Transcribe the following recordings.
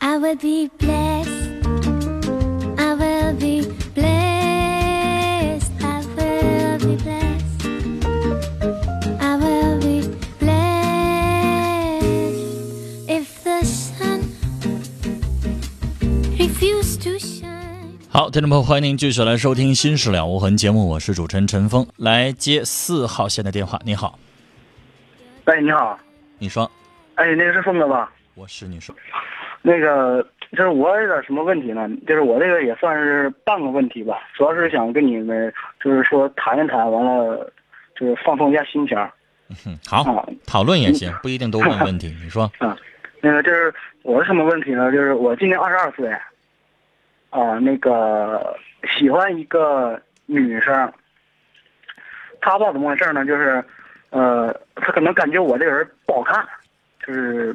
I will be blessed. I will be blessed. I will be blessed. I will be blessed. If the sun refused to shine. 好，听众朋友，欢迎您继续来收听《新事了无痕》节目，我是主持人陈峰，来接四号线的电话。你好，哎，你好，你说，哎，那个是峰哥吧？我是你说，那个，就是我有点什么问题呢？就是我这个也算是半个问题吧，主要是想跟你们就是说谈一谈，完了就是放松一下心情儿嗯，好啊，讨论也行，不一定都问问题。你说，啊。那个就是我是什么问题呢？就是我今年二十二岁，啊，那个喜欢一个女生，她吧怎么回事呢？就是，呃，她可能感觉我这个人不好看，就是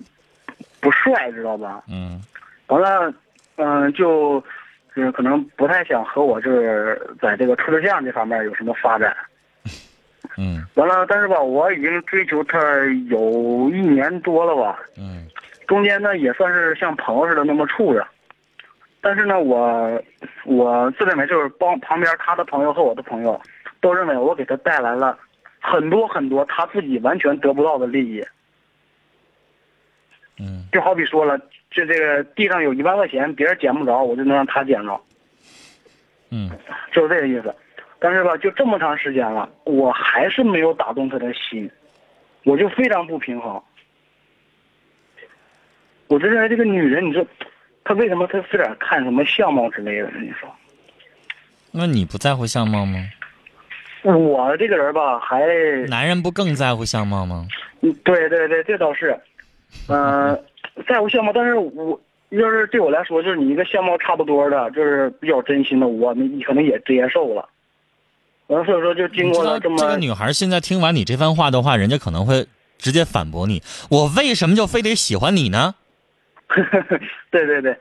不帅，知道吧？嗯完了，嗯、就就是可能不太想和我就是在这个处对象这方面有什么发展。嗯完了，但是吧，我已经追求她有一年多了吧，嗯中间呢也算是像朋友似的那么处着。但是呢，我我自认为就是帮旁边她的朋友和我的朋友都认为我给她带来了很多很多她自己完全得不到的利益。嗯就好比说了，这这个地上有一万块钱，别人捡不着，我就能让她捡着。嗯就是这个意思。但是吧，就这么长时间了，我还是没有打动他的心，我就非常不平衡。我就认为这个女人，你说她为什么她非得看什么相貌之类的？你说那你不在乎相貌吗？我这个人吧，还男人不更在乎相貌吗？嗯对对对，这倒 是，嗯，在乎相貌，但是我就是对我来说，就是你一个相貌差不多的，就是比较真心的，我你可能也接受了。完了，所以说就经你过知了道这这么个女孩现在听完你这番话的话，人家可能会直接反驳你：我为什么就非得喜欢你呢？ 对对对，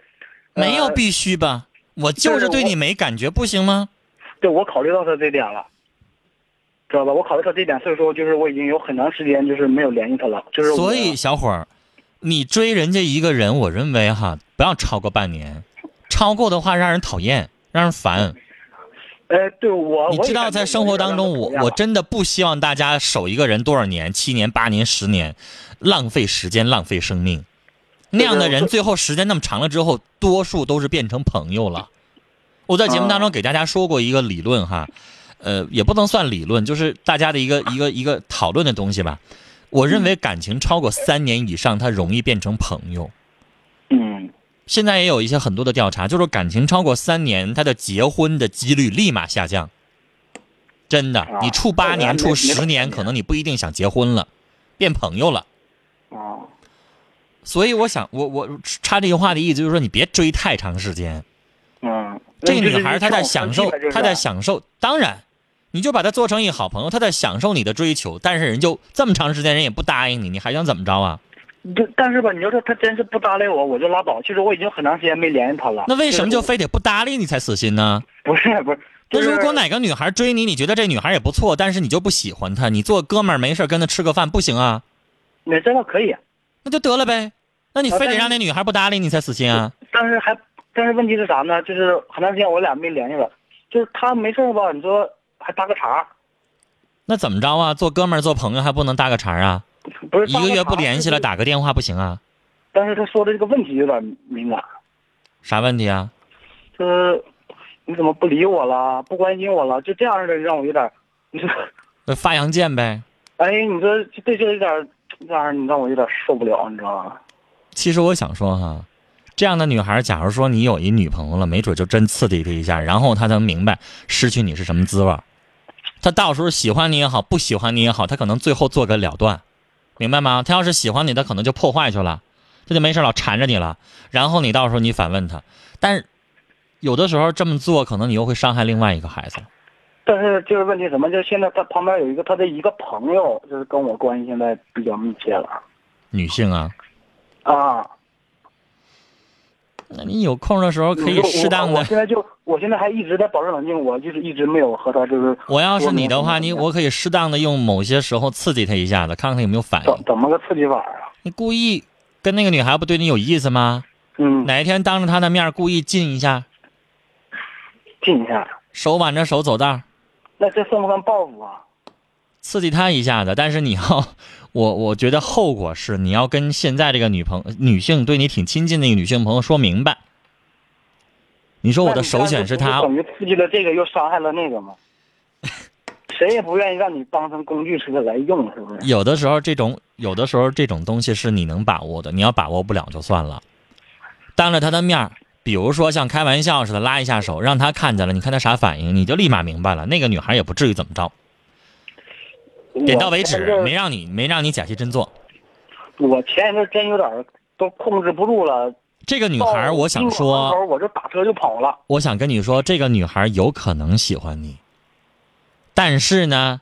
没有呃必须吧，我就是对你没感觉，不行吗？对我考虑到他这点了，知道吧？我考虑到这点，所以说就是我已经有很长时间就是没有联系他了，就是我啊所以，小伙儿，你追人家一个人，我认为哈，不要超过半年，超过的话让人讨厌，让人烦。呃，对我你知道，在生活当中，我我真的不希望大家守一个人多少年，七年、八年、十年，浪费时间，浪费生命。那样的人，最后时间那么长了之后，多数都是变成朋友了。我在节目当嗯中给大家说过一个理论哈，呃，也不能算理论，就是大家的一个一个一个讨论的东西吧。我认为感情超过三年以上，它容易变成朋友。嗯现在也有一些很多的调查，就是感情超过三年，他的结婚的几率立马下降。真的啊，你处八年、没处没十年，可能你不一定想结婚了，变朋友了。啊所以我想，我我插这句话的意思就是说，你别追太长时间。嗯，这个女孩她在享受，她啊在享受。当然，你就把她做成一好朋友，她在享受你的追求。但是人就这么长时间，人也不答应你，你还想怎么着啊？对，但是吧，你要说他真是不搭理我，我就拉倒。其实我已经很长时间没联系他了。那为什么就是非得不搭理你才死心呢？不是不是？那就是如果哪个女孩追你，你觉得这女孩也不错，但是你就不喜欢她，你做哥们儿没事儿跟她吃个饭不行啊？那真的可以，那就得了呗。那你啊非但得是让那女孩不搭理你才死心 啊？但是还但是问题是啥呢？就是很长时间我俩没联系了，就是他没事儿吧？你说还搭个茬儿，那怎么着啊？做哥们儿做朋友还不能搭个茬儿啊？不是一搭个月茬不儿联系了，就是打个电话不行啊？但是他说的这个问题有点敏感。啥问题啊？就是你怎么不理我了，不关心我了，就这样式的让我有点 儿，你说，那发洋剑呗。哎，你说这就有点儿这样儿，你让我有点儿受不了，你知道吗？其实我想说哈，这样的女孩，假如说你有一女朋友了，没准就真刺激她一下，然后她才明白失去你是什么滋味儿。她到时候喜欢你也好，不喜欢你也好，她可能最后做个了断，明白吗？她要是喜欢你，她可能就破坏去了，她就没事老缠着你了。然后你到时候你反问她，但是有的时候这么做，可能你又会伤害另外一个孩子。但是就是问题什么，就是现在他旁边有一个他的一个朋友，就是跟我关系现在比较密切了女性啊，啊。那你有空的时候可以我适当我。我的。现在就我现在还一直在保持冷静，我就是一直没有和他就是。我要是你的话，你没有我可以适当的用某些时候刺激他一下子，看看他有没有反怎应。怎么个刺激法啊？你故意跟那个女孩不对你有意思吗？嗯，哪一天当着她的面故意近一下，近一下，手挽着手走道，那这算不算报复啊？刺激她一下子。但是你要， 我我觉得后果是你要跟现在这个女朋女性对你挺亲近的一个女性朋友说明白。你说我的首选是那她你，这样就不是等于刺激了这个又伤害了那个 吗？谁也不愿意让你当成工具车来用，是不是？有的时候这种有的时候这种东西是你能把握的，你要把握不了就算了。当着她的面儿比如说像开玩笑似的拉一下手，让她看见了，你看她啥反应，你就立马明白了，那个女孩也不至于怎么着。点到为我止，前没一阵让你没让你假戏真做。我前一阵真有点儿都控制不住了。这个女孩儿，到我想宾馆门说，口我就打车就跑了。我想跟你说，这个女孩儿有可能喜欢你，但是呢，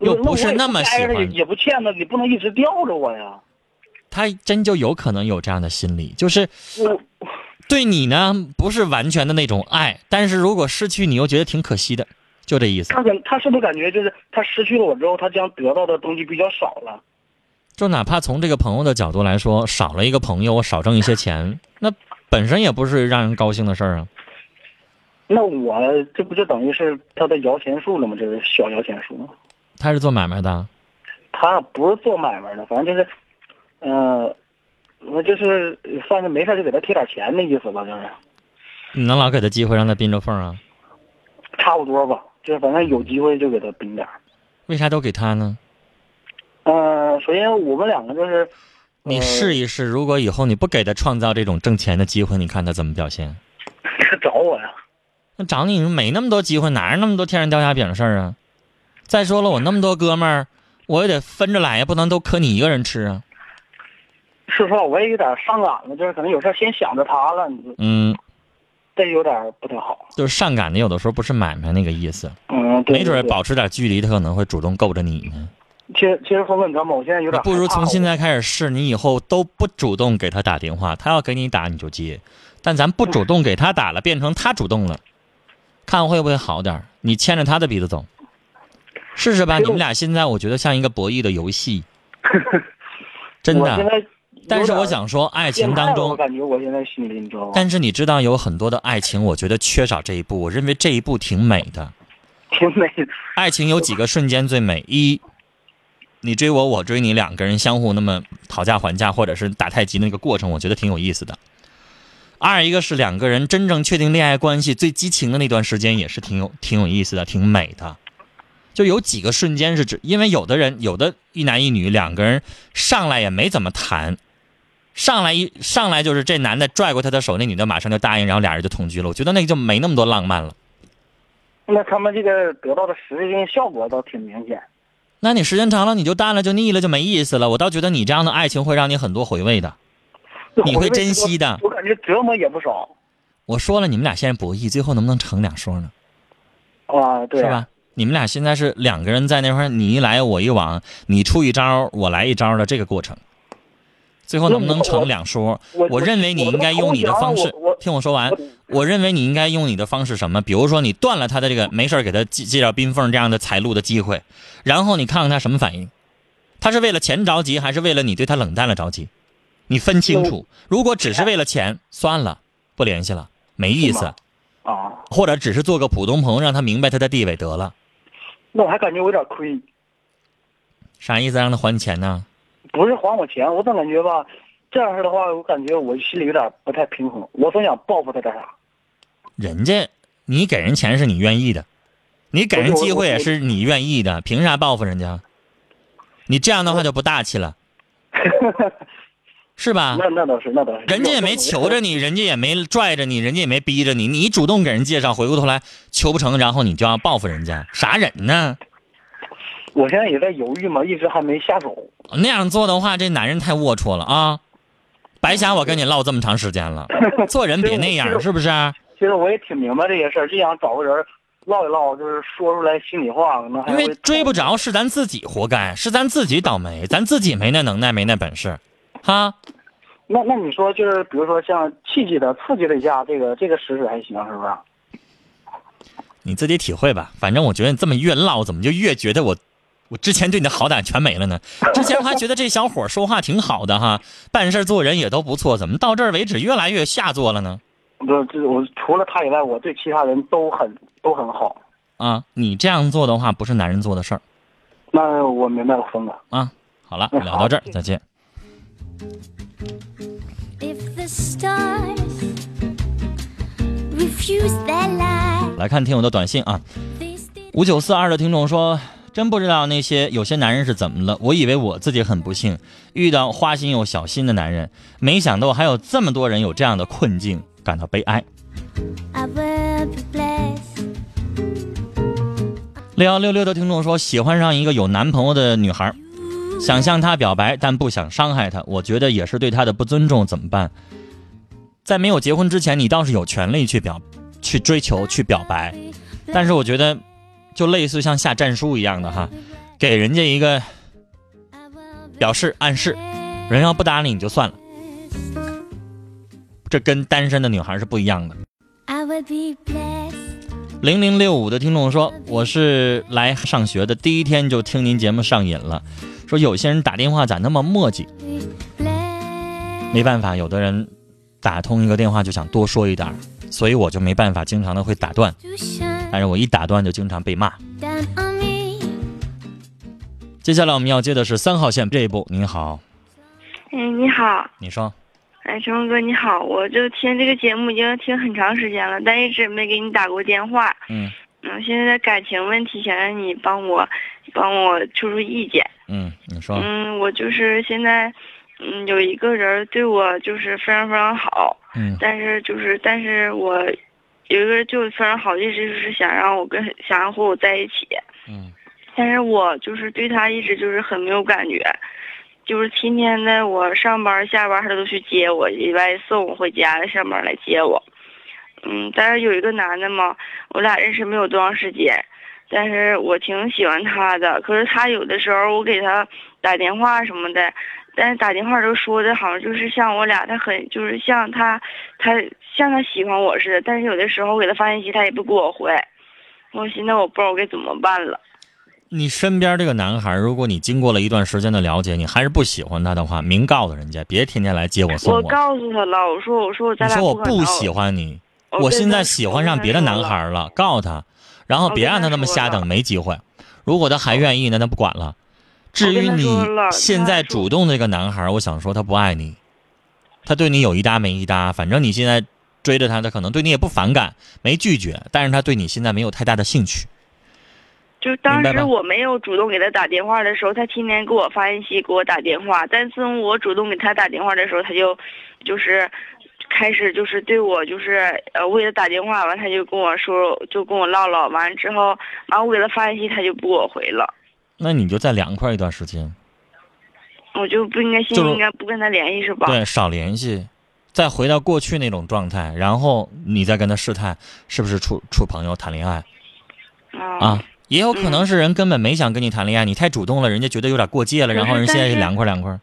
又不是那么喜欢那我也不挨着也不欠他，你不能一直吊着我呀。她真就有可能有这样的心理，就是我对你呢不是完全的那种爱，但是如果失去你又觉得挺可惜的，就这意思。他感他是不是感觉就是他失去了我之后，他将得到的东西比较少了？就哪怕从这个朋友的角度来说，少了一个朋友，我少挣一些钱，那本身也不是让人高兴的事儿啊。那我这不就等于是他的摇钱树了吗？这是小摇钱树。她是做买卖的，啊他不是做买卖的，反正就是，呃，我就是算是没事就给他贴点钱的意思吧，就是你能老给她机会让她宾着缝啊？差不多吧，就是反正有机会就给他冰点儿。为啥都给她呢？呃，首先我们两个就是， 你呃试一试，如果以后你不给他创造这种挣钱的机会，你看他怎么表现？他找我呀，那找你没那么多机会，哪有那么多天上掉馅饼的事儿啊？再说了，我那么多哥们儿，我也得分着来呀，不能都磕你一个人吃啊。说实话我也有点上赶了，就是可能有事儿先想着他了，你就嗯，这有点不太好。就是上赶的，有的时候不是买卖那个意思，嗯，对没准儿对对保持点距离，他可能会主动够着你呢。其实其实峰哥，你知道吗？我现在有你点不如害怕从我现在开始试，你以后都不主动给他打电话，他要给你打你就接，但咱不主动给他打了，变成他主动了，看会不会好点儿你牵着他的鼻子走，试试吧。其实你我们俩现在我觉得像一个博弈的游 戏，真我现的。在有点但是我想说，爱变情态了当我中，感觉我现在心里你知道吗？ 但是你知道有很多的爱情，我觉得缺少这一步。我认为这一步挺美的。挺美的，爱情有几个瞬间最美？一，你追我，我追你，两个人相互那么讨价还价，或者是打太极那个过程，我觉得挺有意思的。二一个是两个人真正确定恋爱关系最激情的那段时间，也是挺有挺有意思的，挺美的。就有几个瞬间是指，因为有的人有的一男一女两个人上来也没怎么谈，上来一上来就是这男的拽过她的手，那女的马上就答应，然后俩人就同居了。我觉得那个就没那么多浪漫了。那他们这个得到的实际效果倒挺明显。那你时间长了你就淡了，就腻了，就没意思了。我倒觉得你这样的爱情会让你很多回味的，你会珍惜的我感觉折磨也不少我说了，你们俩现在博弈，最后能不能成两说呢？啊，对是？吧？你们俩现在是两个人在那块儿，你一来我一往，你出一招我来一招的这个过程，最后能不能成两说？我我认为你应该用你的方式我我，听我说完我。我认为你应该用你的方式什么？比如说你断了他的这个没事儿给他介介绍冰缝这样的财路的机会，然后你看看他什么反应，他是为了钱着急，还是为了你对他冷淡了着急？你分清楚。如果只是为了钱，算了，不联系了，没意是思吗。啊，或者只是做个普通朋友，让他明白他的地位得了，那我还感觉我有点亏，啥意思？让他还你钱呢？不是还我钱，我总感觉吧，这样式的话，我感觉我心里有点不太平衡，我总想报复他点啥。人家你给人钱是你愿意的，你给人机会也是你愿意的，凭啥报复人家？你这样的话就不大气 了，是吧？那那倒是，那倒是。啊人家也没求着你。你，人家也没拽着你，人家也没逼着你，你主动给人介绍，回过头来求不成，然后你就要报复人家，啥人呢？我现在也在犹豫嘛，一直还没下手。那样做的话，这男人太龌龊了啊！白瞎我跟你唠这么 长时间了，做人别那样，是不是啊？其实我也挺明白这些事儿，就想找个人唠一唠，就是说出来心里话，可能还因会为追不着是咱自己活该，是咱自己倒霉，咱自己没那能耐，没那本事，哈。那那你说就是比如说像刺激的刺激了一下，这个这个使使还行啊是不是？你自己体会吧。反正我觉得你这么越唠，我怎么就越觉得我，我之前对你的好感全没了呢？之前我还觉得这小伙说话挺好的哈，办事做人也都不错，怎么到这儿为止越来越下作了呢？不，这我除了他以外，我对其他人都很都很好。啊，你这样做的话不是男人做的事儿那我明白了，峰哥。啊。好了，嗯聊到这儿好，再见。 If the stars refuse their light, 来看听友的短信啊， they stay 五九四二的听众说：“真不知道那些有些男人是怎么了，我以为我自己很不幸，遇到花心又小心的男人，没想到还有这么多人有这样的困境，感到悲哀。 I will be blessed. ”六幺六六的听众说：“喜欢上一个有男朋友的女孩，想向她表白，但不想伤害她，我觉得也是对她的不尊重，怎么办？在没有结婚之前，你倒是有权利去表、去追求、去表白，但是我觉得，就类似像下战书一样的哈，给人家一个 I will be 表示暗示。”人 blessed. 要不搭理你就算了，这跟单身的女孩是不一样的。 I will be blessed. 零零六五的听众说，我是来上学的，第一天就听您节目上瘾了。说有些人打电话咋那么磨叽？ Be blessed. 没办法，有的人打通一个电话就想多说一点儿，所以我就没办法，经常的会打断。 To shine 但是我一打断就经常被骂。 down on me. 接下来我们要接的是三号线这一步。您好，哎，你好，你说哎，陈峰哥你好，我就听这个节目已经听很长时间了，但一直没给你打过电话。嗯嗯，现在的感情问题想让你帮我，帮我出出意见。嗯，你说嗯，我就是现在，嗯，有一个人对我就是非常非常好，嗯但是就是但是我有一个人对我非常好，一直就是想让我跟想要和我在一起，嗯但是我就是对他一直就是很没有感觉，就是天天的我上班下班他都去接我，礼拜四我回家了上班来接我。嗯，但是有一个男的嘛，我俩认识没有多长时间，但是我挺喜欢他的。可是他有的时候我给他打电话什么的，但是打电话都说的好像就是像我俩，他很就是像他，他像他喜欢我似的。但是有的时候我给他发信息，他也不给我回。我寻思我不知道我该怎么办了。你身边这个男孩，如果你经过了一段时间的了解，你还是不喜欢他的话，明告诉人家，别天天来接我送我我。告诉他了，我说我说我咱你俩说我可能不喜，欢你，我跟现他在喜欢上别的男孩。了，告他，然后我别跟让他他那么说瞎了等，没机会。如果他还愿意，那他不管了。至我跟于他你说了现他在说主动这个男孩，我想说他不爱你，他对你有一搭没一搭，反正你现在追着他，他可能对你也不反感，没拒绝，但是他对你现在没有太大的兴趣。就当明白时吧我没有主动给他打电话的时候，他天天给我发信息，给我打电话。但自从我主动给他打电话的时候，他就，就是，开始就是对我就是呃为了打电话，完他就跟我说，就跟我唠唠。完之后，完我给他发信息，他就不给我回了。那你就再凉快一段时间，我就不应该，现就在是应该不跟他联系是吧？对，少联系，再回到过去那种状态，然后你再跟他试探是不是处处朋友、谈恋爱啊啊。也有可能是人根本没想跟你谈恋爱，你太主动了，人家觉得有点过界了，可是然后人现在但是凉快凉快。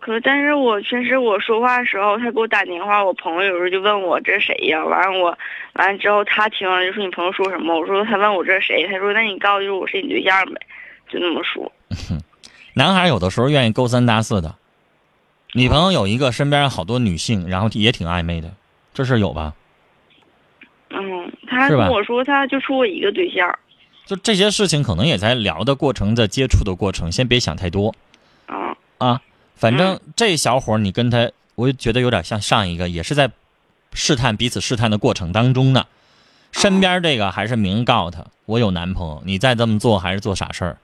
可是，但是我平时我说话的时候，他给我打电话，我朋友有时候就问我这是谁呀？完了我，完了之后他听了就说你朋友说什么？我说他问我这是谁？他说那你告诉我是你对象呗，就那么说。男孩有的时候愿意勾三搭四的，女朋友有一个，身边好多女性，然后也挺暧昧的，这事儿有吧？嗯，他还是吧跟我说他就处过一个对象。就这些事情，可能也在聊的过程，在接触的过程，先别想太多。啊，啊，反正这小伙儿你跟他，我就觉得有点像上一个，也是在试探彼此试探的过程当中呢。身边这个还是明告他，我有男朋友，你再这么做还是做傻事儿。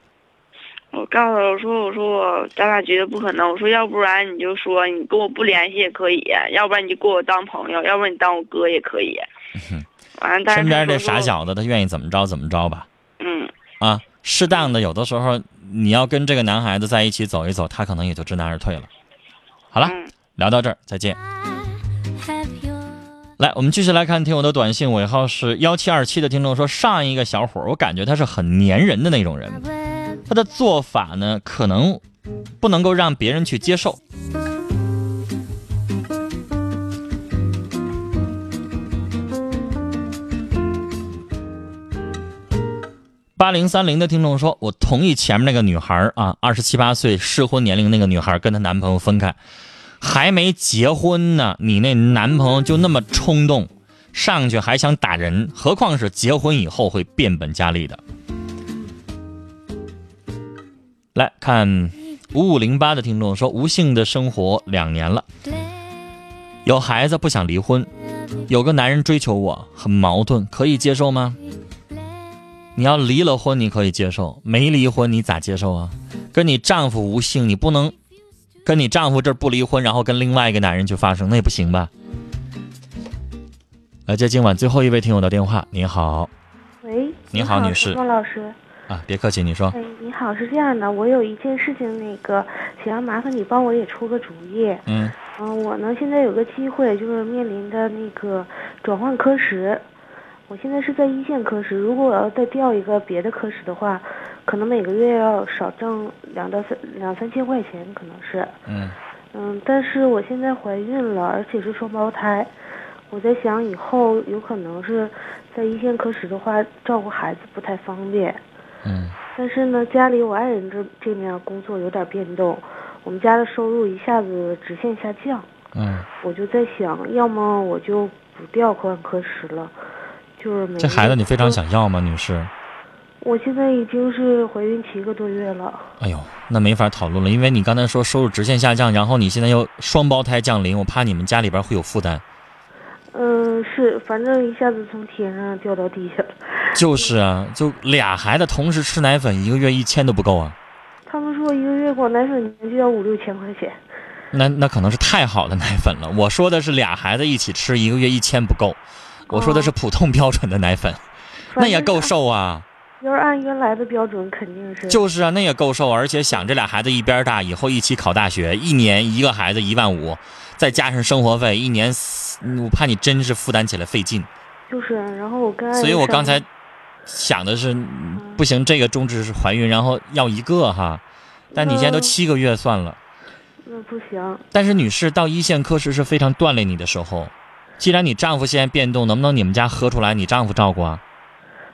我告诉他我说我说我咱俩绝对不可能，我说要不然你就说你跟我不联系也可以，要不然你就给我当朋友，要不然你当我哥也可以。完了，但嗯是身边他这说傻说，小子，他愿意怎么着怎么着吧。嗯，啊，适当的有的时候你要跟这个男孩子在一起走一走，他可能也就知难而退了。好了，嗯聊到这儿，再见。 I have your. 来，我们继续来看听友的短信，尾号是幺七二七的听众说，上一个小伙儿，我感觉他是很粘人的那种人，他的做法呢，可能不能够让别人去接受。八零三零的听众说：“我同意前面那个女孩儿啊，二十七八岁适婚年龄那个女孩儿跟她男朋友分开，还没结婚呢，你那男朋友就那么冲动，上去还想打人，何况是结婚以后会变本加厉的。”来看五五零八的听众说：“无性的生活两年了，有孩子不想离婚，有个男人追求我，很矛盾，可以接受吗？”你要离了婚，你可以接受；没离婚，你咋接受啊？跟你丈夫无性，你不能跟你丈夫这儿不离婚，然后跟另外一个男人去发生，那也不行吧？来接今晚最后一位听友的电话。你好喂，你好女士孟老师，啊，别客气，你说哎，你好，是这样的，我有一件事情，那个想要麻烦你帮我也出个主意。嗯，嗯、我呢现在有个机会，就是面临着那个转换科室，我现在是在一线科室，如果我要再调一个别的科室的话，可能每个月要少挣两到三两三千块钱，可能是。嗯嗯，但是我现在怀孕了，而且是双胞胎，我在想以后有可能是在一线科室的话，照顾孩子不太方便。嗯但是呢，家里我爱人这这面工作有点变动，我们家的收入一下子直线下降，嗯，我就在想，要么我就不调换科室了，就是每这个孩子月你非常我想要吗，女士？我现在已经是怀孕七个多月了，哎呦，那没法讨论了，因为你刚才说收入直线下降，然后你现在又双胞胎降临，我怕你们家里边会有负担。嗯、是，反正一下子从天上掉到地下了。就是啊，就俩孩子同时吃奶粉，一个月一千都不够啊。他们说一个月光奶粉钱就要五六千块钱，那那可能是太好的奶粉了。我说的是俩孩子一起吃，一个月一千不够。我说的是普通标准的奶粉，那也够反正瘦啊。要是按原来的标准，肯定是就是啊，那也够瘦啊。而且想这俩孩子一边大，以后一起考大学，一年一个孩子一万五，再加上生活费，一年四我怕你真是负担起来费劲。就是。然后我跟爱人所以我刚才商想的是，嗯不行，这个终止是怀孕，然后要一个哈。但你现在都嗯七个月算了。量那嗯不行，但是女士到一线科室是非常锻炼你的时候。既然你丈夫现在变动，能不能你们家合出来，你丈夫照顾啊？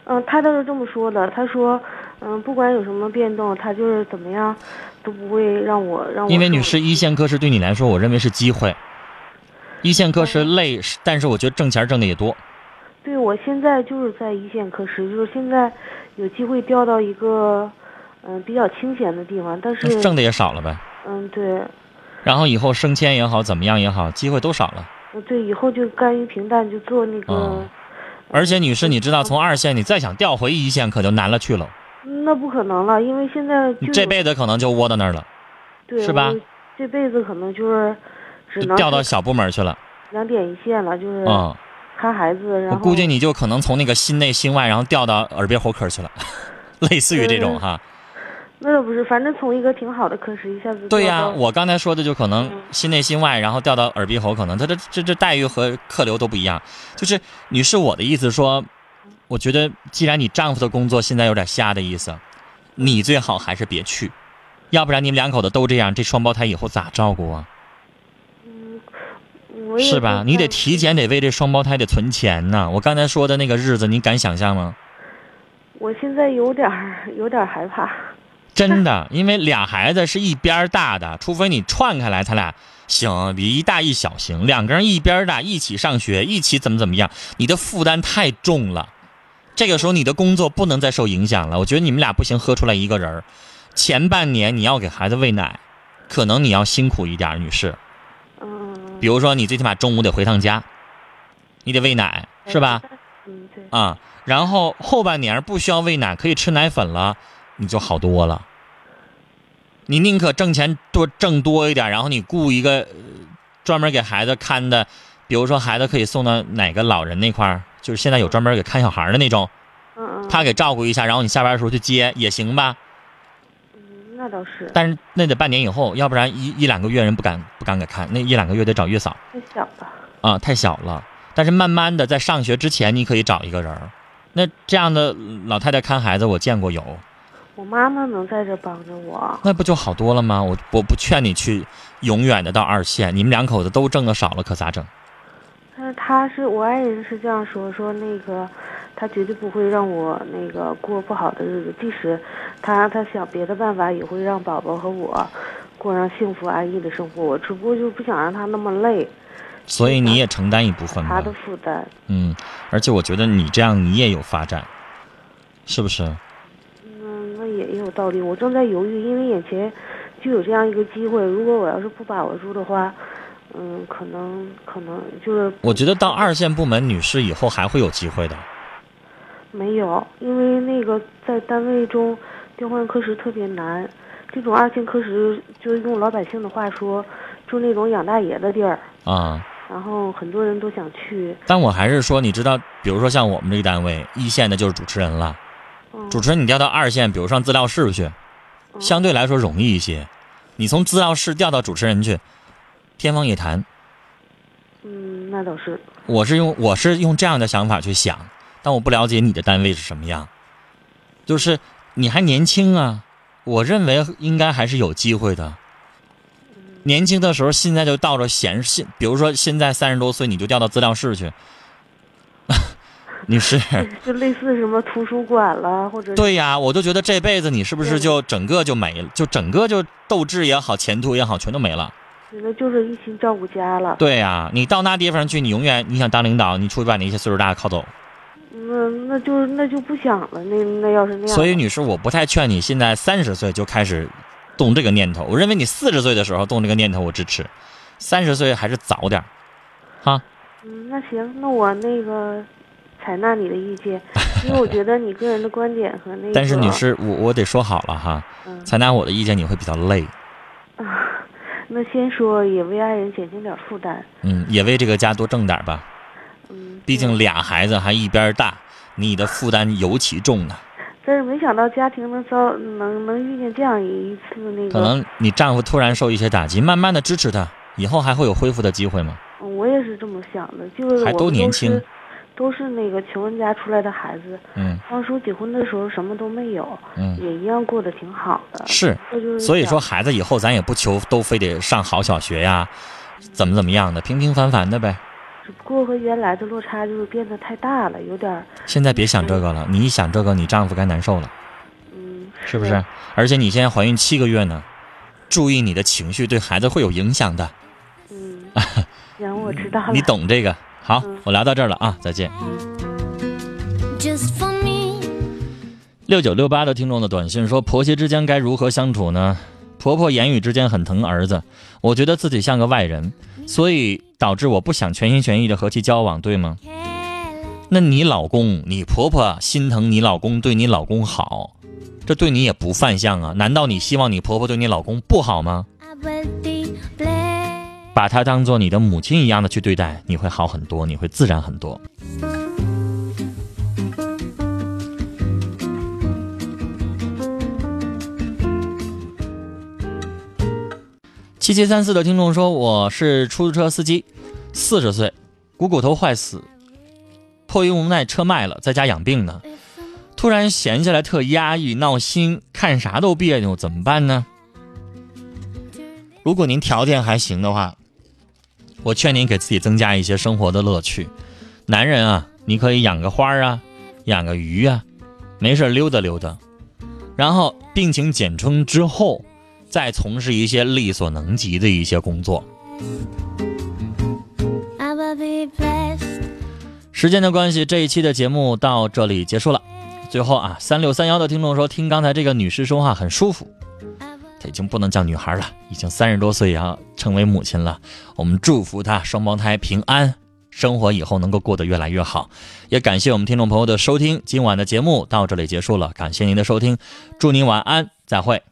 嗯，他倒是这么说的，他说，嗯，不管有什么变动，他就是怎么样，都不会让我让我。因为女士，一线科室对你来说，我认为是机会。一线科室累，是但是我觉得挣钱挣的也多。对我现在就是在一线科室，就是现在有机会调到一个，嗯，比较清闲的地方，但是那，挣的也少了呗。嗯，对，然后以后升迁也好，怎么样也好，机会都少了。我嗯对以后就甘于平淡，就做那个。哦而且女士，你知道从二线你再想调回一线可就难了去了，嗯那不可能了，因为现在你就这有辈子可能就窝到那儿了，对是吧？我这辈子可能就是只能调到小部门去了两点一线了，就是啊、看孩子，然我后估计你就可能从那个心内心外，然后调到耳鼻喉科去了， 类似于这种哈。那倒不是，反正从一个挺好的科室一下子对调呀、到我刚才说的就可嗯能心内心外，然后掉到耳鼻喉，可能他这这这待遇和客流都不一样。就是女士，我的意思说，我觉得既然你丈夫的工作现在有点瞎的意思，你最好还是别去，要不然你们两口子都这样，这双胞胎以后咋照顾啊？我也是吧？不你太得提前得为这双胞胎得存钱呐。我刚才说的那个日子，你敢想象吗？我现在有点儿有点儿害怕，真 的，因为俩孩子是一边儿大的，除非你串开来，他俩行，比一大一小行，两个人一边儿大，一起上学，一起怎么怎么样，你的负担太重了。这个时候你的工作不能再受影响了。我觉得你们俩不行，喝出来一个人儿，前半年你要给孩子喂奶，可能你要辛苦一点儿，女士。嗯比如说你最起码中午得回趟家，你得喂奶，是吧？嗯对，啊，然后后半年不需要喂奶，可以吃奶粉了，你就好多了。你宁可挣钱多挣多一点，然后你雇一个呃专门给孩子看的，比如说孩子可以送到哪个老人那块儿，就是现在有专门给看小孩儿的那种，嗯嗯，他给照顾一下，然后你下班的时候去接也行吧。嗯那倒是但是那得半年以后，要不然一一两个月人不敢不敢给看，那一两个月得找月嫂太小了，啊，太小了。但是慢慢的，在上学之前，你可以找一个人儿。那这样的老太太看孩子，我见过有，我妈妈能在这帮着我，那不就好多了吗？我我不劝你去永远的到二线，你们两口子都挣的少了，可咋整？但是她是我爱人是这样说，说那个她绝对不会让我那个过不好的日子，即使她她想别的办法，也会让宝宝和我过上幸福安逸的生活。我只不过就不想让她那么累，所以你也承担一部分她吧的。负担。嗯，而且我觉得你这样你也有发展，是不是？嗯，那也也有道理。我正在犹豫，因为眼前就有这样一个机会，如果我要是不把握住的话，嗯，可能可能就是我觉得到二线部门，女士以后还会有机会的。没有，因为那个在单位中调换科室特别难，这种二线科室就是用老百姓的话说，就那种养大爷的地儿，啊、然后很多人都想去。但我还是说，你知道，比如说像我们这个单位，一线的就是主持人了，嗯、主持人你调到二线，比如上资料室去，相对来说容易一些。你从资料室调到主持人去，天方夜谭。嗯，那倒是，我是用我是用这样的想法去想，但我不了解你的单位是什么样。就是你还年轻啊，我认为应该还是有机会的。嗯年轻的时候，现在就到了闲适，比如说现在三十多岁，你就调到资料室去，女士。就类似什么图书馆啦，或者 对呀，我就觉得这辈子你是不是就整个就没了，就整个就斗志也好，前途也好，全都没了。觉得就是一心照顾家了。对呀，你到那地方去，你永远你想当领导，你出去把那些岁数大的靠走。那那就那就不想了。那那要是那样，所以，女士，我不太劝你现在三十岁就开始动这个念头。我认为你四十岁的时候动这个念头，我支持；三十岁还是早点儿。嗯，那行，那我那个采纳你的意见，因为我觉得你个人的观点和那 个，但是，女士，我我得说好了哈，嗯，采纳我的意见你会比较累，那先说也为爱人减轻点负担，嗯，也为这个家多挣点儿吧。嗯，毕竟俩孩子还一边儿大，你的负担尤其重呢。但是没想到家庭能遭能能遇见这样一次那个，可能你丈夫突然受一些打击，慢慢的支持他，以后还会有恢复的机会吗？嗯我也是这么想的，就是我还们都都年轻是，都是那个穷人家出来的孩子，嗯当初结婚的时候什么都没有，嗯，也一样过得挺好的，是。这嗯就是所以啊说，想孩子以后咱也不求都非得上好小学呀，怎么怎么样的，平平凡凡的呗。只不过和原来的落差就是变得太大了，有点儿，现在别想这个了，你一想这个，你丈夫该难受了，嗯，是不是？而且你现在怀孕七个月呢，注意你的情绪对孩子会有影响的，嗯，行，我知道了。你懂这个。好，我聊到这儿了啊，再见。 Just for me. 六九六八的听众的短信说：“婆媳之间该如何相处呢？婆婆言语之间很疼儿子，我觉得自己像个外人，所以导致我不想全心全意的和其交往，对吗？那你老公，你婆婆心疼你老公，对你老公好，这对你也不犯相啊？难道你希望你婆婆对你老公不好吗？ I will be blessed. 把她当做你的母亲一样的去对待，你会好很多，你会自然很多。”七七三四的听众说：“我是出租车司机，四十岁，股骨头坏死，迫于无奈车卖了，在家养病呢。突然闲下来特压抑、闹心，看啥都别扭，怎么办呢？如果您条件还行的话，我劝您给自己增加一些生活的乐趣。男人啊，你可以养个花儿啊，养个鱼啊，没事儿溜达溜达。然后病情减轻之后，再从事一些力所能及的一些工作。 I will be blessed. 时间的关系，这一期的节目到这里结束了。最后啊，三六三幺的听众说，听刚才这个女士说话很舒服， I will 她已经不能叫女孩了，已经三十多岁也要成为母亲了。我们祝福她双胞胎平安，生活以后能够过得越来越好。也感谢我们听众朋友的收听，今晚的节目到这里结束了，感谢您的收听，祝您晚安，再会。